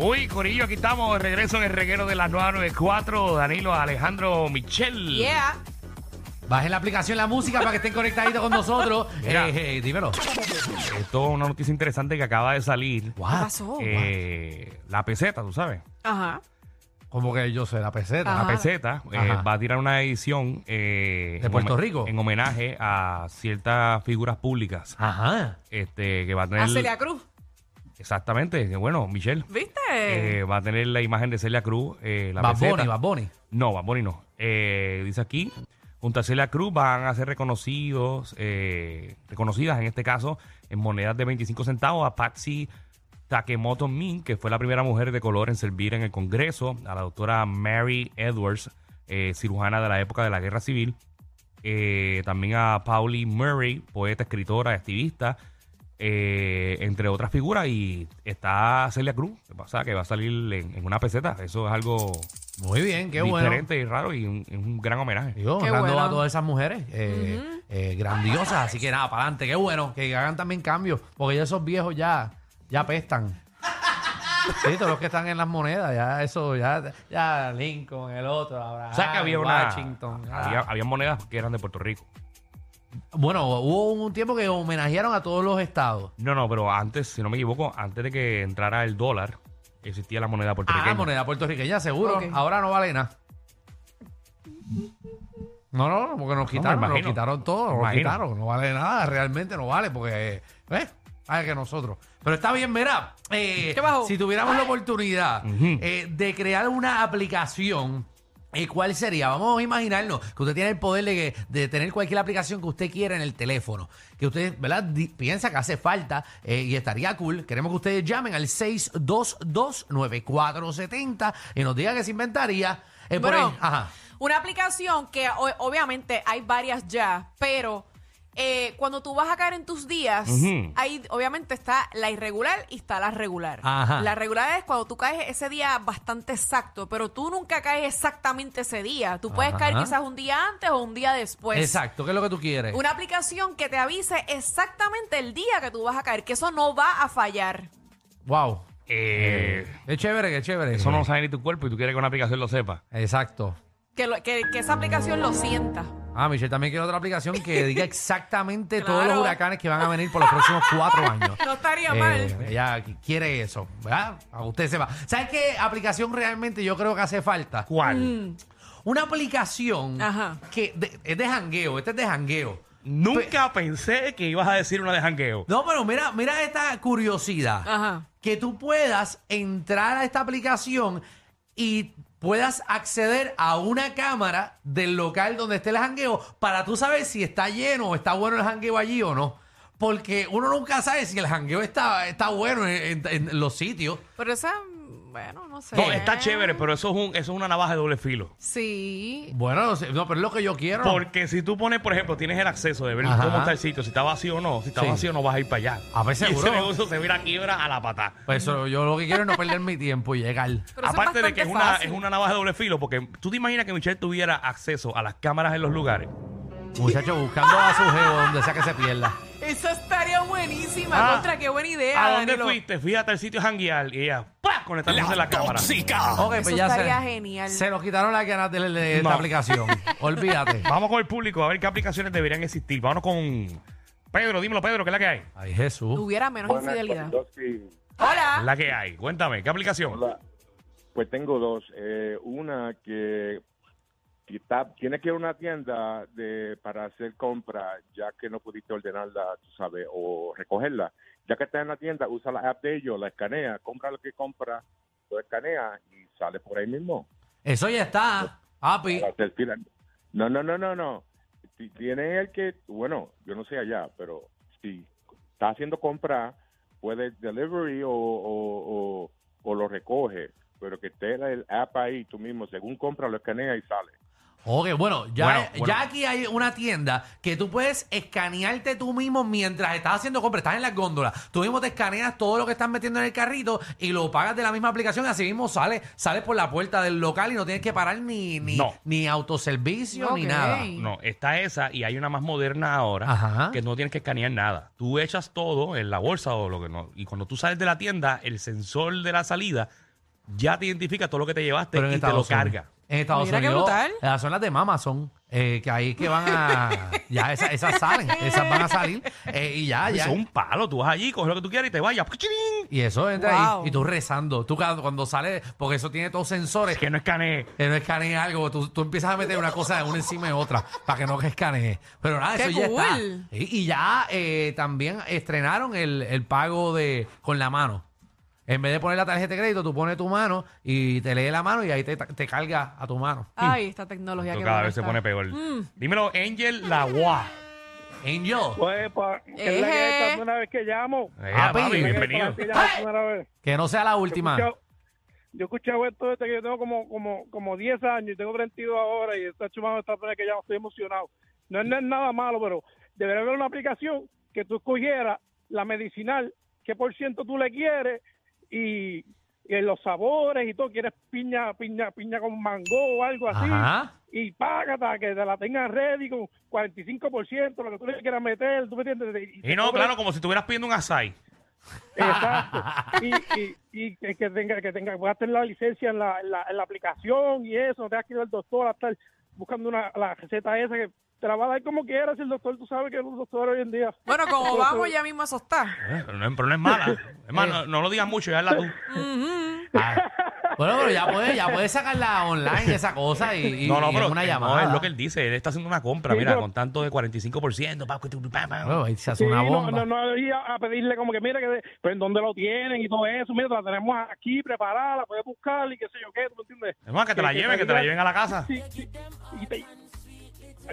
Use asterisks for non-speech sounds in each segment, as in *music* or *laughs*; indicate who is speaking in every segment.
Speaker 1: Uy, Corillo, aquí estamos, de regreso en el reguero de las 994, Danilo Alejandro Michel.
Speaker 2: Yeah.
Speaker 3: Bajen la aplicación La Música para que estén conectaditos con nosotros.
Speaker 1: *laughs* Mira.
Speaker 3: Eh, eh, dímelo.
Speaker 1: Esto es una noticia interesante que acaba de salir.
Speaker 3: What?
Speaker 2: pasó?
Speaker 1: Eh, la peseta, tú sabes.
Speaker 2: Ajá.
Speaker 3: Como que yo sé, la peseta.
Speaker 1: La peseta eh,
Speaker 3: Ah. Ajá.
Speaker 1: va a tirar una edición eh,
Speaker 3: ¿De
Speaker 1: en
Speaker 3: Puerto
Speaker 1: home-
Speaker 3: Rico?
Speaker 1: en homenaje a ciertas figuras públicas.
Speaker 3: Ajá.
Speaker 1: Este, que va a tener.
Speaker 2: A Ah, Celia Cruz.
Speaker 1: Exactamente, que bueno, Michelle.
Speaker 2: ¿Viste?
Speaker 1: eh, va a tener la imagen de Celia Cruz, eh, la
Speaker 3: Bad
Speaker 1: peseta.
Speaker 3: Bunny, Bad Bunny.
Speaker 1: No, Bad Bunny no. Eh, dice aquí, junto a Celia Cruz van a ser reconocidos, eh, reconocidas en este caso, en monedas de 25 centavos a Patsy Takemoto Min, que fue la primera mujer de color en servir en el Congreso, a la doctora Mary Edwards, eh, cirujana de la época de la Guerra Civil, eh, también a Pauli Murray, poeta, escritora, activista, eh, entre otras figuras, y está Celia Cruz, que pasa que va a salir en- en una peseta, eso es algo
Speaker 3: Muy bien, qué bueno.
Speaker 1: diferente y raro y un, es un gran homenaje.
Speaker 3: Digo,
Speaker 2: Qué
Speaker 3: honrando
Speaker 2: bueno.
Speaker 3: a todas esas mujeres eh, eh, grandiosas. Así que nada, para adelante. Qué bueno que hagan también cambios. Porque ya esos viejos ya, ya pestan. Sí, todos los que están en las monedas, ya eso, ya, ya Lincoln, el otro, Abraham,
Speaker 1: ¿Sabes que había una,
Speaker 3: Ah, Washington. Ah.
Speaker 1: había, había monedas que eran de Puerto Rico?
Speaker 3: Bueno, hubo un tiempo que homenajearon a todos los estados.
Speaker 1: No, no, pero antes, si no me equivoco, antes de que entrara el dólar, existía la moneda puertorriqueña.
Speaker 3: Ah, moneda puertorriqueña, seguro.
Speaker 2: Ok.
Speaker 3: Ahora no vale nada. No, no, no, porque nos quitaron, nos
Speaker 1: imagino.
Speaker 3: quitaron todo,
Speaker 1: Me
Speaker 3: nos
Speaker 1: imagino.
Speaker 3: quitaron, no vale nada, realmente no vale, porque, eh, ¿ves? Hay que nosotros. Pero está bien, mira, eh,
Speaker 2: ¿Qué pasó?
Speaker 3: si tuviéramos la oportunidad
Speaker 1: Ujú.
Speaker 3: eh, de crear una aplicación, eh, ¿cuál sería? Vamos a imaginarnos que usted tiene el poder de, que- de tener cualquier aplicación que usted quiera en el teléfono, que usted, ¿verdad? Di- piensa que hace falta eh, y estaría cool. Queremos que ustedes llamen al 622-9470 y nos digan que se inventaría. eh, por
Speaker 2: Bueno,
Speaker 3: el- ajá.
Speaker 2: Una aplicación que o- obviamente hay varias ya, pero eh, cuando tú vas a caer en tus días,
Speaker 1: Ujú.
Speaker 2: ahí obviamente está la irregular y está la regular.
Speaker 3: Ajá.
Speaker 2: La regular es cuando tú caes ese día bastante exacto, pero tú nunca caes exactamente ese día. Tú puedes
Speaker 3: Ajá.
Speaker 2: caer quizás un día antes o un día después.
Speaker 3: Exacto, ¿qué es lo que tú quieres?
Speaker 2: pues Una aplicación que te avise exactamente el día que tú vas a caer, que eso no va a fallar.
Speaker 3: Wow.
Speaker 1: Eh,
Speaker 3: Es chévere, que es chévere.
Speaker 1: eso no lo sabe ni tu cuerpo y tú quieres que una aplicación lo sepa.
Speaker 3: Exacto.
Speaker 2: Que, lo- que- que esa aplicación lo sienta.
Speaker 3: Ah, Michelle, también quiero otra aplicación
Speaker 2: *laughs*
Speaker 3: que diga exactamente todos los
Speaker 2: Claro.
Speaker 3: huracanes que van a venir por los próximos cuatro años.
Speaker 2: *laughs* No estaría
Speaker 3: Eh,
Speaker 2: mal.
Speaker 3: Ella quiere eso, ¿verdad? A usted se va. ¿Sabes qué aplicación realmente yo creo que hace falta?
Speaker 1: ¿Cuál?
Speaker 3: Mm. Una aplicación
Speaker 2: Ajá.
Speaker 3: que de- es de jangueo, este es de jangueo.
Speaker 1: Nunca pensé que ibas a decir una de jangueo.
Speaker 3: No, pero mira, mira esta curiosidad.
Speaker 2: Ajá.
Speaker 3: Que tú puedas entrar a esta aplicación y puedas acceder a una cámara del local donde esté el jangueo para tú saber si está lleno o está bueno el jangueo allí o no. Porque uno nunca sabe si el jangueo está, está bueno en, en- en los sitios.
Speaker 2: Pero esa, bueno, no sé.
Speaker 1: No,
Speaker 3: Eh.
Speaker 1: está chévere, pero eso es, un, eso es una navaja de doble filo.
Speaker 2: Sí.
Speaker 3: Bueno, no, sé, no, pero es lo que yo quiero.
Speaker 1: Porque si tú pones, por ejemplo, tienes el acceso de ver
Speaker 3: Ajá.
Speaker 1: cómo está el sitio, si está vacío o no, si está
Speaker 3: Sí.
Speaker 1: vacío no vas a ir para allá.
Speaker 3: A
Speaker 1: Y
Speaker 3: ver, seguro.
Speaker 1: ese negocio se mira quiebra a la patada.
Speaker 3: Pues eso, yo lo que quiero es no perder mi tiempo y llegar.
Speaker 2: Pero eso
Speaker 1: Aparte de que
Speaker 2: bastante
Speaker 1: es una,
Speaker 2: fácil.
Speaker 1: es una navaja de doble filo, porque tú te imaginas que Michelle tuviera acceso a las cámaras en los lugares.
Speaker 3: Muchachos, buscando a su geo donde sea que se pierda.
Speaker 2: Esa estaría buenísima.
Speaker 1: Ah,
Speaker 2: Contra, qué buena idea.
Speaker 1: ¿A dónde
Speaker 2: Danilo.
Speaker 1: fuiste? Fui hasta el sitio janguear y ella, ¡pa! conectándose la, cámara.
Speaker 3: Ok,
Speaker 2: Eso
Speaker 3: pues ya
Speaker 2: estaría
Speaker 3: se,
Speaker 2: genial.
Speaker 3: se nos quitaron las ganas de, de esta
Speaker 1: No.
Speaker 3: aplicación. Olvídate.
Speaker 1: Vamos con el público a ver qué aplicaciones deberían existir. Vámonos con Pedro, dímelo Pedro, ¿qué es la que hay?
Speaker 3: Ay, Jesús.
Speaker 2: Hubiera menos
Speaker 4: Buenas,
Speaker 2: infidelidad.
Speaker 4: Swarovski.
Speaker 2: Hola.
Speaker 1: La que hay, cuéntame, ¿qué aplicación?
Speaker 4: Hola. Pues tengo dos. Eh, una que, que está- tienes que ir a una tienda de, para hacer compra, ya que no pudiste ordenarla, tú sabes, o recogerla. Ya que estás en la tienda, usa la app de ellos, la escanea, compra lo que compra, lo escanea y sale por ahí mismo.
Speaker 3: Eso ya está. Papi.
Speaker 4: Para hacer fila. No, no, no, no, no. Si tiene el que, bueno, yo no sé allá, pero si está haciendo compra, puede delivery o, o, o- o lo recoge, pero que esté el app ahí tú mismo, según compra, lo escanea y sale.
Speaker 3: Ok, bueno, ya,
Speaker 1: Bueno, bueno.
Speaker 3: ya aquí hay una tienda que tú puedes escanearte tú mismo mientras estás haciendo compras, estás en las góndolas. Tú mismo te escaneas todo lo que estás metiendo en el carrito y lo pagas de la misma aplicación. Así mismo sales sales por la puerta del local y no tienes que parar ni, ni,
Speaker 1: No.
Speaker 3: ni autoservicio ni
Speaker 2: Ok.
Speaker 3: nada.
Speaker 1: No, está esa y hay una más moderna ahora
Speaker 3: Ajá.
Speaker 1: que no tienes que escanear nada. Tú echas todo en la bolsa o lo que no. Y cuando tú sales de la tienda, el sensor de la salida ya te identifica todo lo que te llevaste
Speaker 3: Pero en
Speaker 1: y te lo
Speaker 3: Estados Unidos.
Speaker 1: carga.
Speaker 3: En Estados
Speaker 2: Mira qué
Speaker 3: Unidos.
Speaker 2: brutal.
Speaker 3: Las zonas de Amazon. eh, que ahí es que van a. ya, esas, esas salen. Esas van a salir. eh, y ya,
Speaker 1: Eso
Speaker 3: ya.
Speaker 1: es un palo. Tú vas allí, coges lo que tú quieras y te vayas. ¡Pichirín!
Speaker 3: Y eso entra
Speaker 2: Wow.
Speaker 3: ahí. Y tú rezando. Tú cuando, cuando sales. Porque eso tiene todos sensores.
Speaker 1: Es que no escaneé.
Speaker 3: Que no escanee algo, tú, tú empiezas a meter una cosa de una encima de otra para que no que escanee. Pero nada,
Speaker 2: ¡Qué
Speaker 3: eso ya está.
Speaker 2: cool!
Speaker 3: Y, y ya eh, también estrenaron el, el pago de con la mano. En vez de poner la tarjeta de crédito, tú pones tu mano y te lee la mano y ahí te, te carga a tu mano.
Speaker 2: Ay, esta tecnología
Speaker 1: Esto
Speaker 2: que
Speaker 1: cada
Speaker 2: buena
Speaker 1: vez se
Speaker 2: está. Mm.
Speaker 1: pone peor. Dímelo, Angel La Guá.
Speaker 3: Ah, Angel.
Speaker 4: Pues, pa, ¿qué es la
Speaker 2: Eje.
Speaker 4: que es la primera vez que llamo?
Speaker 1: Eh,
Speaker 3: Ah,
Speaker 1: papi,
Speaker 3: papi.
Speaker 1: bienvenido.
Speaker 4: ¿Qué es la primera vez?
Speaker 3: Que no sea la
Speaker 4: Yo he
Speaker 3: última.
Speaker 4: escuchado- Yo he escuchado esto desde que yo tengo como, como, como 10 años y tengo 32 ahora y está chumando esta primera vez que llamo, estoy emocionado. No, es- no es nada malo, pero debería haber una aplicación que tú escogieras la medicinal, qué por ciento tú le quieres y, y los sabores y todo, quieres piña, piña, piña con mango o algo así
Speaker 3: Ajá. Ah.
Speaker 4: y págata, que te la tengan ready con 45%, lo que tú le quieras meter, ¿tú me entiendes?
Speaker 1: Y no, claro, como si estuvieras pidiendo un asai. Eh,
Speaker 4: Exacto. Y, y, y que, que tenga, que tenga, puedas tener la licencia en la, en la, en la aplicación y eso, no tengas que ir al doctor a estar buscando una, la receta esa que te la va a dar como quieras, y el doctor, tú sabes que los doctores hoy en día.
Speaker 2: Bueno, como vamos, ya mismo eso está.
Speaker 1: Eh, Pero no, es- pero no es mala. Es
Speaker 3: Eh.
Speaker 1: más, no, no lo digas mucho, ya hazla tú.
Speaker 2: Ujú.
Speaker 3: Ah. Bueno, pero ya puedes ya puedes sacarla online, esa cosa, y, y-
Speaker 1: No, no,
Speaker 3: y
Speaker 1: pero
Speaker 3: es una
Speaker 1: eh,
Speaker 3: llamada.
Speaker 1: no, es lo que él dice. Él está haciendo una compra,
Speaker 4: Sí,
Speaker 1: mira,
Speaker 4: yo-
Speaker 1: con tanto de 45%. pa, que tu- pa, pa.
Speaker 3: Bueno, ahí se hace
Speaker 4: Sí,
Speaker 3: una
Speaker 4: no,
Speaker 3: bomba.
Speaker 4: no, no, ir a, a pedirle como que mira, que, pero en dónde lo tienen y todo eso, mira, la tenemos aquí preparada, la puedes buscar y qué sé yo qué, ¿tú me entiendes?
Speaker 1: Es más, que te la lleven, que te la lleven a la casa.
Speaker 4: Sí, sí, y te-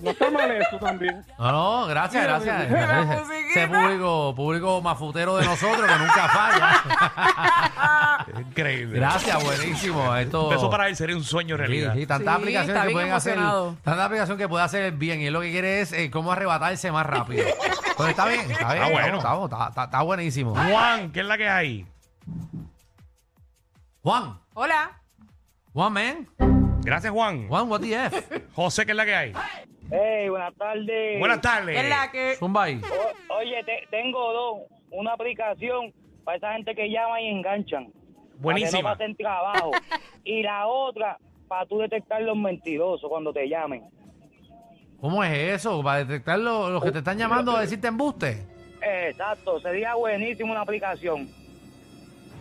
Speaker 4: no está mal eso también.
Speaker 3: No, no, gracias,
Speaker 4: Mira,
Speaker 3: gracias.
Speaker 4: mira,
Speaker 2: mira la
Speaker 3: Ese- Ese
Speaker 2: musiquita.
Speaker 3: público, público mafutero de nosotros que nunca falla.
Speaker 1: Es Increíble.
Speaker 3: Gracias, buenísimo. Esto.
Speaker 1: Eso para él sería un sueño en
Speaker 3: Sí,
Speaker 1: realidad.
Speaker 3: sí, tantas
Speaker 2: Sí,
Speaker 3: aplicaciones
Speaker 2: está
Speaker 3: que
Speaker 2: bien
Speaker 3: pueden hacer.
Speaker 2: emocionado.
Speaker 3: Tantas aplicaciones que puede hacer el bien. Y él lo que quiere es eh, cómo arrebatarse más
Speaker 2: *laughs*
Speaker 3: rápido. Pero está bien, está bien.
Speaker 1: Está bueno.
Speaker 3: Está, está- está- está buenísimo.
Speaker 1: Juan, ¿qué es la que hay?
Speaker 3: Juan,
Speaker 2: Hola.
Speaker 3: Juan, man.
Speaker 1: Gracias, Juan.
Speaker 3: Juan, what the F?
Speaker 1: José, ¿qué es la que hay?
Speaker 5: Hey, buenas tardes.
Speaker 1: Buenas tardes.
Speaker 2: Es la que.
Speaker 3: Zumba ahí.
Speaker 5: O- oye, te- tengo dos. Una aplicación para esa gente que llama y enganchan.
Speaker 1: Buenísima.
Speaker 5: Para que no
Speaker 1: *laughs*
Speaker 5: pasen trabajo. y la otra para tú detectar los mentirosos cuando te llamen.
Speaker 3: ¿Cómo es eso? Para detectar lo- los que te están llamando a decirte embuste.
Speaker 5: Exacto, sería buenísimo una aplicación.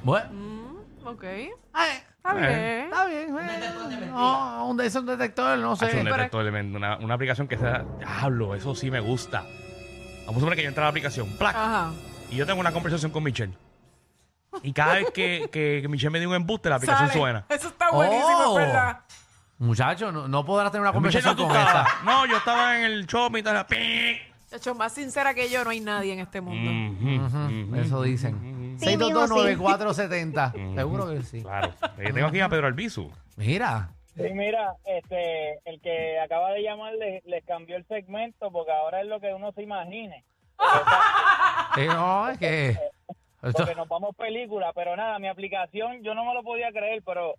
Speaker 3: Bueno.
Speaker 2: Mm, ok. Está
Speaker 3: ay,
Speaker 2: bien.
Speaker 3: Está bien, eh, no, un, es un detector, no
Speaker 1: Hacho, Ah, un
Speaker 3: sé.
Speaker 1: detector de men- una, una aplicación que sea. Diablo, eso sí me gusta. Vamos a suponer que yo entré a la aplicación, plac,
Speaker 3: Ah.
Speaker 2: Ajá.
Speaker 1: y yo tengo una conversación con Michelle. Y cada vez
Speaker 3: *laughs*
Speaker 1: que, que Michelle me dio un embuste, la aplicación
Speaker 2: Sale.
Speaker 1: suena.
Speaker 2: Eso está buenísimo,
Speaker 3: Oh.
Speaker 2: es verdad.
Speaker 3: Muchacho, no, no podrás tener una
Speaker 1: Michelle, no,
Speaker 3: conversación
Speaker 1: tú
Speaker 3: con
Speaker 1: estabas.
Speaker 3: esa.
Speaker 1: No, yo estaba en el shopping y tal. ¡ping!
Speaker 2: Hecho, más sincera que yo, no hay nadie en este mundo.
Speaker 1: Ujú,
Speaker 3: Ujú,
Speaker 1: ujú.
Speaker 3: Eso dicen.
Speaker 6: Sí, mijo, sí.
Speaker 1: *laughs*
Speaker 3: 6229470. Seguro que sí.
Speaker 1: Claro. Eh, tengo aquí a Pedro Albizu.
Speaker 3: Mira.
Speaker 5: Sí, mira, este, el que acaba de llamar les, cambió el segmento porque ahora es lo que uno se imagine.
Speaker 3: eh, no, es que. esto-
Speaker 5: porque nos vamos película, pero nada, mi aplicación yo no me lo podía creer, pero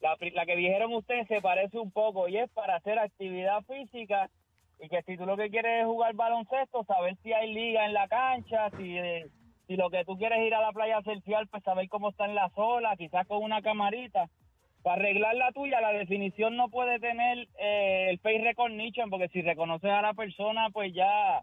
Speaker 5: la, pri- la que dijeron ustedes se parece un poco y es para hacer actividad física y que si tú lo que quieres es jugar baloncesto, saber si hay liga en la cancha, si, eh, si lo que tú quieres es ir a la playa a surfear, pues saber cómo están las olas, quizás con una camarita. Para arreglar la tuya, la definición no puede tener eh, el face recognition, porque si reconoces a la persona, pues ya,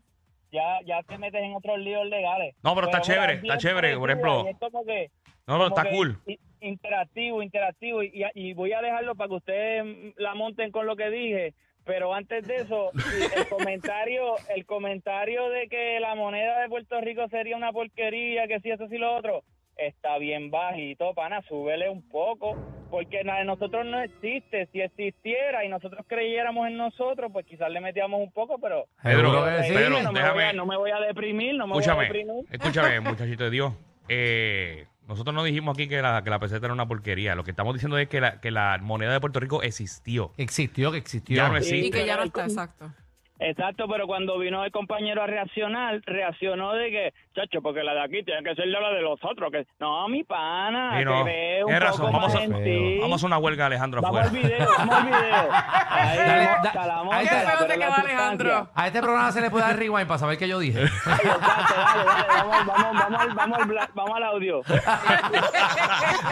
Speaker 5: ya, ya te metes en otros líos legales.
Speaker 1: No, pero está chévere,
Speaker 5: bien
Speaker 1: está chévere, por
Speaker 5: parecida,
Speaker 1: ejemplo.
Speaker 5: y es como que-
Speaker 1: No, no,
Speaker 5: como
Speaker 1: está
Speaker 5: que
Speaker 1: cool.
Speaker 5: i- Interactivo, interactivo. Y, y voy a dejarlo para que ustedes mm, la monten con lo que dije. Pero antes
Speaker 1: *laughs*
Speaker 5: de eso, el comentario, el comentario de que la moneda de Puerto Rico sería una porquería, que si eso, si lo otro, está bien bajito, pana, súbele un poco, porque la de nosotros no existe. Si existiera y nosotros creyéramos en nosotros, pues quizás le metíamos un poco, pero eh,
Speaker 3: Seguro
Speaker 1: Pedro,
Speaker 3: que sí.
Speaker 1: Pedro,
Speaker 5: no, me voy a,
Speaker 1: déjame.
Speaker 5: no me voy a deprimir, no me voy a
Speaker 1: Escúchame,
Speaker 5: deprimir. *laughs*
Speaker 1: escúchame, muchachito de Dios. Eh, nosotros no dijimos aquí que la, que la peseta era una porquería. Lo que estamos diciendo es que la, que la moneda de Puerto Rico existió.
Speaker 3: Existió, que existió.
Speaker 1: Ya no
Speaker 5: Sí,
Speaker 1: existe.
Speaker 2: Y que ya no está,
Speaker 5: pero-
Speaker 2: exacto.
Speaker 5: Exacto, pero cuando vino el compañero a reaccionar, reaccionó de que, chacho, porque la de aquí tiene que ser la de los otros. Que... No, mi pana,
Speaker 1: Sí, no.
Speaker 5: que ve un
Speaker 1: Tienes
Speaker 5: poco
Speaker 1: razón, vamos
Speaker 5: más
Speaker 1: a-
Speaker 5: en ti.
Speaker 1: Vamos a una huelga, Alejandro,
Speaker 5: Vamos
Speaker 1: afuera.
Speaker 5: al video, vamos al
Speaker 1: *laughs*
Speaker 5: video. Ahí,
Speaker 3: Dale,
Speaker 5: vamos,
Speaker 3: da-
Speaker 5: hasta la
Speaker 3: ahí
Speaker 5: mosca,
Speaker 3: está. Qué
Speaker 2: feo
Speaker 5: pero
Speaker 2: te
Speaker 5: la
Speaker 2: quedó,
Speaker 5: sustancia.
Speaker 2: Alejandro.
Speaker 3: A este programa se le puede dar rewind para saber que
Speaker 1: *laughs*
Speaker 3: yo dije.
Speaker 5: Exacto, dale, dale, vamos, vamos, vamos, al- vamos, al bla- vamos
Speaker 1: *laughs*
Speaker 5: al audio.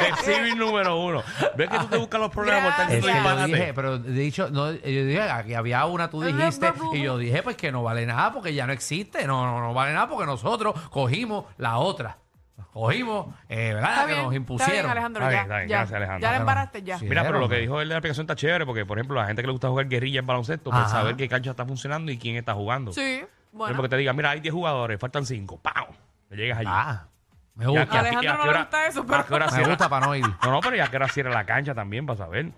Speaker 1: Exhibit número uno. Ves que tú te buscas los programas.
Speaker 2: Gracias.
Speaker 1: estás
Speaker 3: Es que
Speaker 1: diciendo
Speaker 3: yo
Speaker 1: disparate.
Speaker 3: dije, pero de dicho, no, yo dije, aquí había una, tú dijiste, y yo dije, pues que no vale nada porque ya no existe, no, no, no vale nada porque nosotros cogimos la otra. Cogimos, eh, ¿verdad?
Speaker 2: *laughs* Está
Speaker 3: que
Speaker 2: bien,
Speaker 3: nos impusieron.
Speaker 2: Está bien, Alejandro,
Speaker 1: Está
Speaker 2: ya.
Speaker 1: bien, está bien,
Speaker 2: ya.
Speaker 1: gracias, Alejandro.
Speaker 2: Ya la
Speaker 1: Claro.
Speaker 2: embaraste, ya.
Speaker 3: Sí.
Speaker 1: Mira, pero lo que
Speaker 3: hombre.
Speaker 1: dijo él de la aplicación está chévere porque, por ejemplo, la gente que le gusta jugar guerrilla en baloncesto, pues
Speaker 3: Ajá.
Speaker 1: saber qué cancha está funcionando y quién está jugando.
Speaker 2: Sí,
Speaker 1: Por
Speaker 2: bueno.
Speaker 1: ejemplo, que te diga, mira, hay 10 jugadores, faltan 5. ¡Pam! Llegas allí.
Speaker 3: Ah, me
Speaker 1: Y a-
Speaker 3: gusta,
Speaker 1: y a- y a
Speaker 2: Alejandro no
Speaker 1: qué
Speaker 2: le
Speaker 1: hora-
Speaker 2: gusta eso,
Speaker 1: a
Speaker 2: pero-
Speaker 1: qué hora
Speaker 3: me
Speaker 1: cierra-
Speaker 3: gusta para no ir.
Speaker 1: No, no, pero ya que ahora cierra la cancha también, para saber.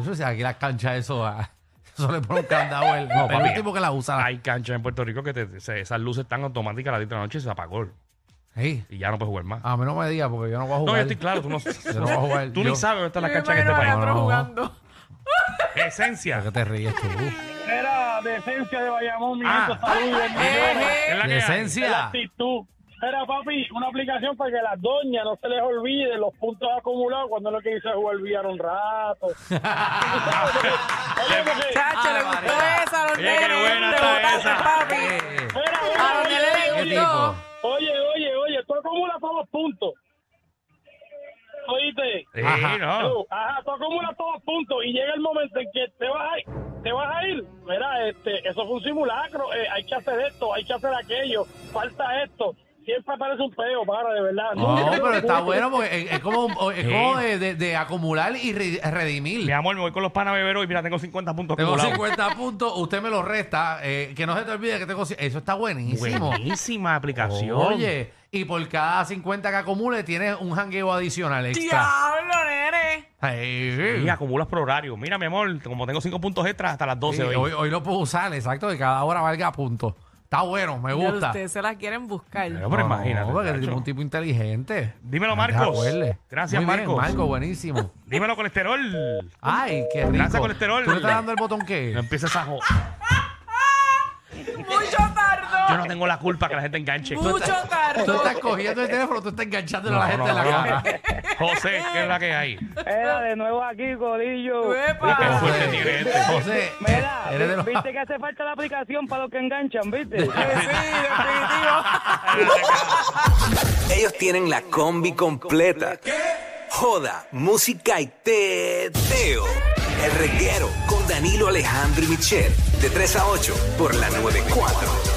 Speaker 3: Eso sí, aquí las canchas, eso, ah, *laughs* eso le pone un candado el, no, para
Speaker 1: Mira,
Speaker 3: el último que la usa.
Speaker 1: Hay canchas en Puerto Rico que te- se- esas luces están automáticas a las 10 de la noche y se apagó.
Speaker 3: Sí,
Speaker 1: Y ya no puedes jugar más.
Speaker 3: a mí no me digas porque yo no voy a
Speaker 1: no,
Speaker 3: Ah, jugar.
Speaker 1: yo estoy claro, tú no,
Speaker 3: *laughs* Yo no voy a jugar,
Speaker 1: tú ni
Speaker 3: yo-
Speaker 1: sabes dónde está
Speaker 2: Yo
Speaker 1: la
Speaker 2: me
Speaker 1: cancha en
Speaker 2: imagino
Speaker 1: este
Speaker 2: a
Speaker 1: país.
Speaker 2: Alejandro
Speaker 3: No, no.
Speaker 2: jugando.
Speaker 3: ¿Para qué
Speaker 1: Esencia.
Speaker 3: te ríes tú?
Speaker 5: Era decencia de Bayamón, mi
Speaker 1: Ah.
Speaker 5: gente, saludos, mi gente.
Speaker 2: Eh,
Speaker 1: Es
Speaker 2: eh.
Speaker 1: la que hay.
Speaker 5: la
Speaker 3: Decencia.
Speaker 5: actitud. Era papi, una aplicación para que las doñas no se les olvide los puntos acumulados cuando lo que hizo es jugar VR
Speaker 1: *laughs*
Speaker 5: un rato. Oye, porque-
Speaker 2: Chacho,
Speaker 1: Ah,
Speaker 2: le gustó esa a los
Speaker 1: Oye, qué
Speaker 2: nenes.
Speaker 1: buena
Speaker 2: Te
Speaker 1: está
Speaker 2: botaste,
Speaker 1: esa.
Speaker 2: papi.
Speaker 3: Eh,
Speaker 5: Espera,
Speaker 2: A los
Speaker 5: oye,
Speaker 2: nenes
Speaker 3: ¿Qué
Speaker 2: le
Speaker 3: tipo?
Speaker 2: gustó.
Speaker 5: Oye, oye, oye, tú acumulas todos los puntos. ¿Oíste?
Speaker 1: Sí,
Speaker 3: Ajá.
Speaker 1: no.
Speaker 5: Tú, Ajá, tú acumulas todos los puntos y llega el momento en que te vas a ir. Te vas a ir. Mira, este, eso fue un simulacro. eh, hay que hacer esto, hay que hacer aquello. Falta esto. Siempre aparece un peo, para, de verdad.
Speaker 3: No,
Speaker 5: Nunca-
Speaker 3: pero está bueno porque es, es como, un- es
Speaker 1: Sí.
Speaker 3: como de, de- de acumular y re- redimir.
Speaker 1: Mi amor, me voy con los panas a beber hoy. Mira, tengo 50 puntos
Speaker 3: Tengo
Speaker 1: acumulados.
Speaker 3: 50 puntos, usted me los resta. eh, que no se te olvide que tengo. ci- Eso está buenísimo.
Speaker 1: Buenísima aplicación.
Speaker 3: Oye, y por cada 50 que acumule, tienes un jangueo adicional extra.
Speaker 2: Diablo, nene.
Speaker 3: Ay,
Speaker 1: Y acumulas por horario. Mira, mi amor, como tengo 5 puntos extras hasta las 12
Speaker 3: sí,
Speaker 1: hoy.
Speaker 3: hoy, hoy lo puedo usar, exacto, que cada hora valga punto. Está bueno, me
Speaker 2: Ya
Speaker 3: gusta.
Speaker 2: Ustedes se la quieren buscar.
Speaker 1: Pero, pero imagínate.
Speaker 3: No, porque es
Speaker 1: chacho.
Speaker 3: un tipo inteligente.
Speaker 1: Dímelo,
Speaker 3: No te
Speaker 1: Marcos.
Speaker 3: acuerdes.
Speaker 1: Gracias,
Speaker 3: Muy bien,
Speaker 1: Marcos.
Speaker 3: Marcos,
Speaker 1: *laughs*
Speaker 3: buenísimo.
Speaker 1: Dímelo, colesterol.
Speaker 3: Ay, qué rico.
Speaker 1: Gracias, colesterol.
Speaker 3: ¿Tú le estás dando el botón qué?
Speaker 1: No empieces a jo-
Speaker 2: Mucho
Speaker 1: Yo
Speaker 2: tardó.
Speaker 1: no tengo la culpa que la gente enganche.
Speaker 2: Mucho
Speaker 3: Tú
Speaker 2: tardó.
Speaker 3: estás cogiendo el teléfono, tú estás enganchándolo
Speaker 1: No,
Speaker 3: a la gente
Speaker 1: no,
Speaker 3: en la
Speaker 1: no, no.
Speaker 3: cara.
Speaker 1: José, ¿qué es la que hay?
Speaker 5: Era de nuevo aquí, Corillo.
Speaker 2: Epa.
Speaker 1: Qué
Speaker 3: José,
Speaker 1: fuerte tiene este.
Speaker 3: José,
Speaker 5: Mira,
Speaker 3: eres de los- *laughs*
Speaker 5: viste que hace falta la aplicación para los que enganchan, ¿viste?
Speaker 2: Sí, definitivo.
Speaker 6: Ellos tienen la combi completa. Joda, música y teo. El reguero con Danilo Alejandro y Michel. De 3 a 8 por la 94.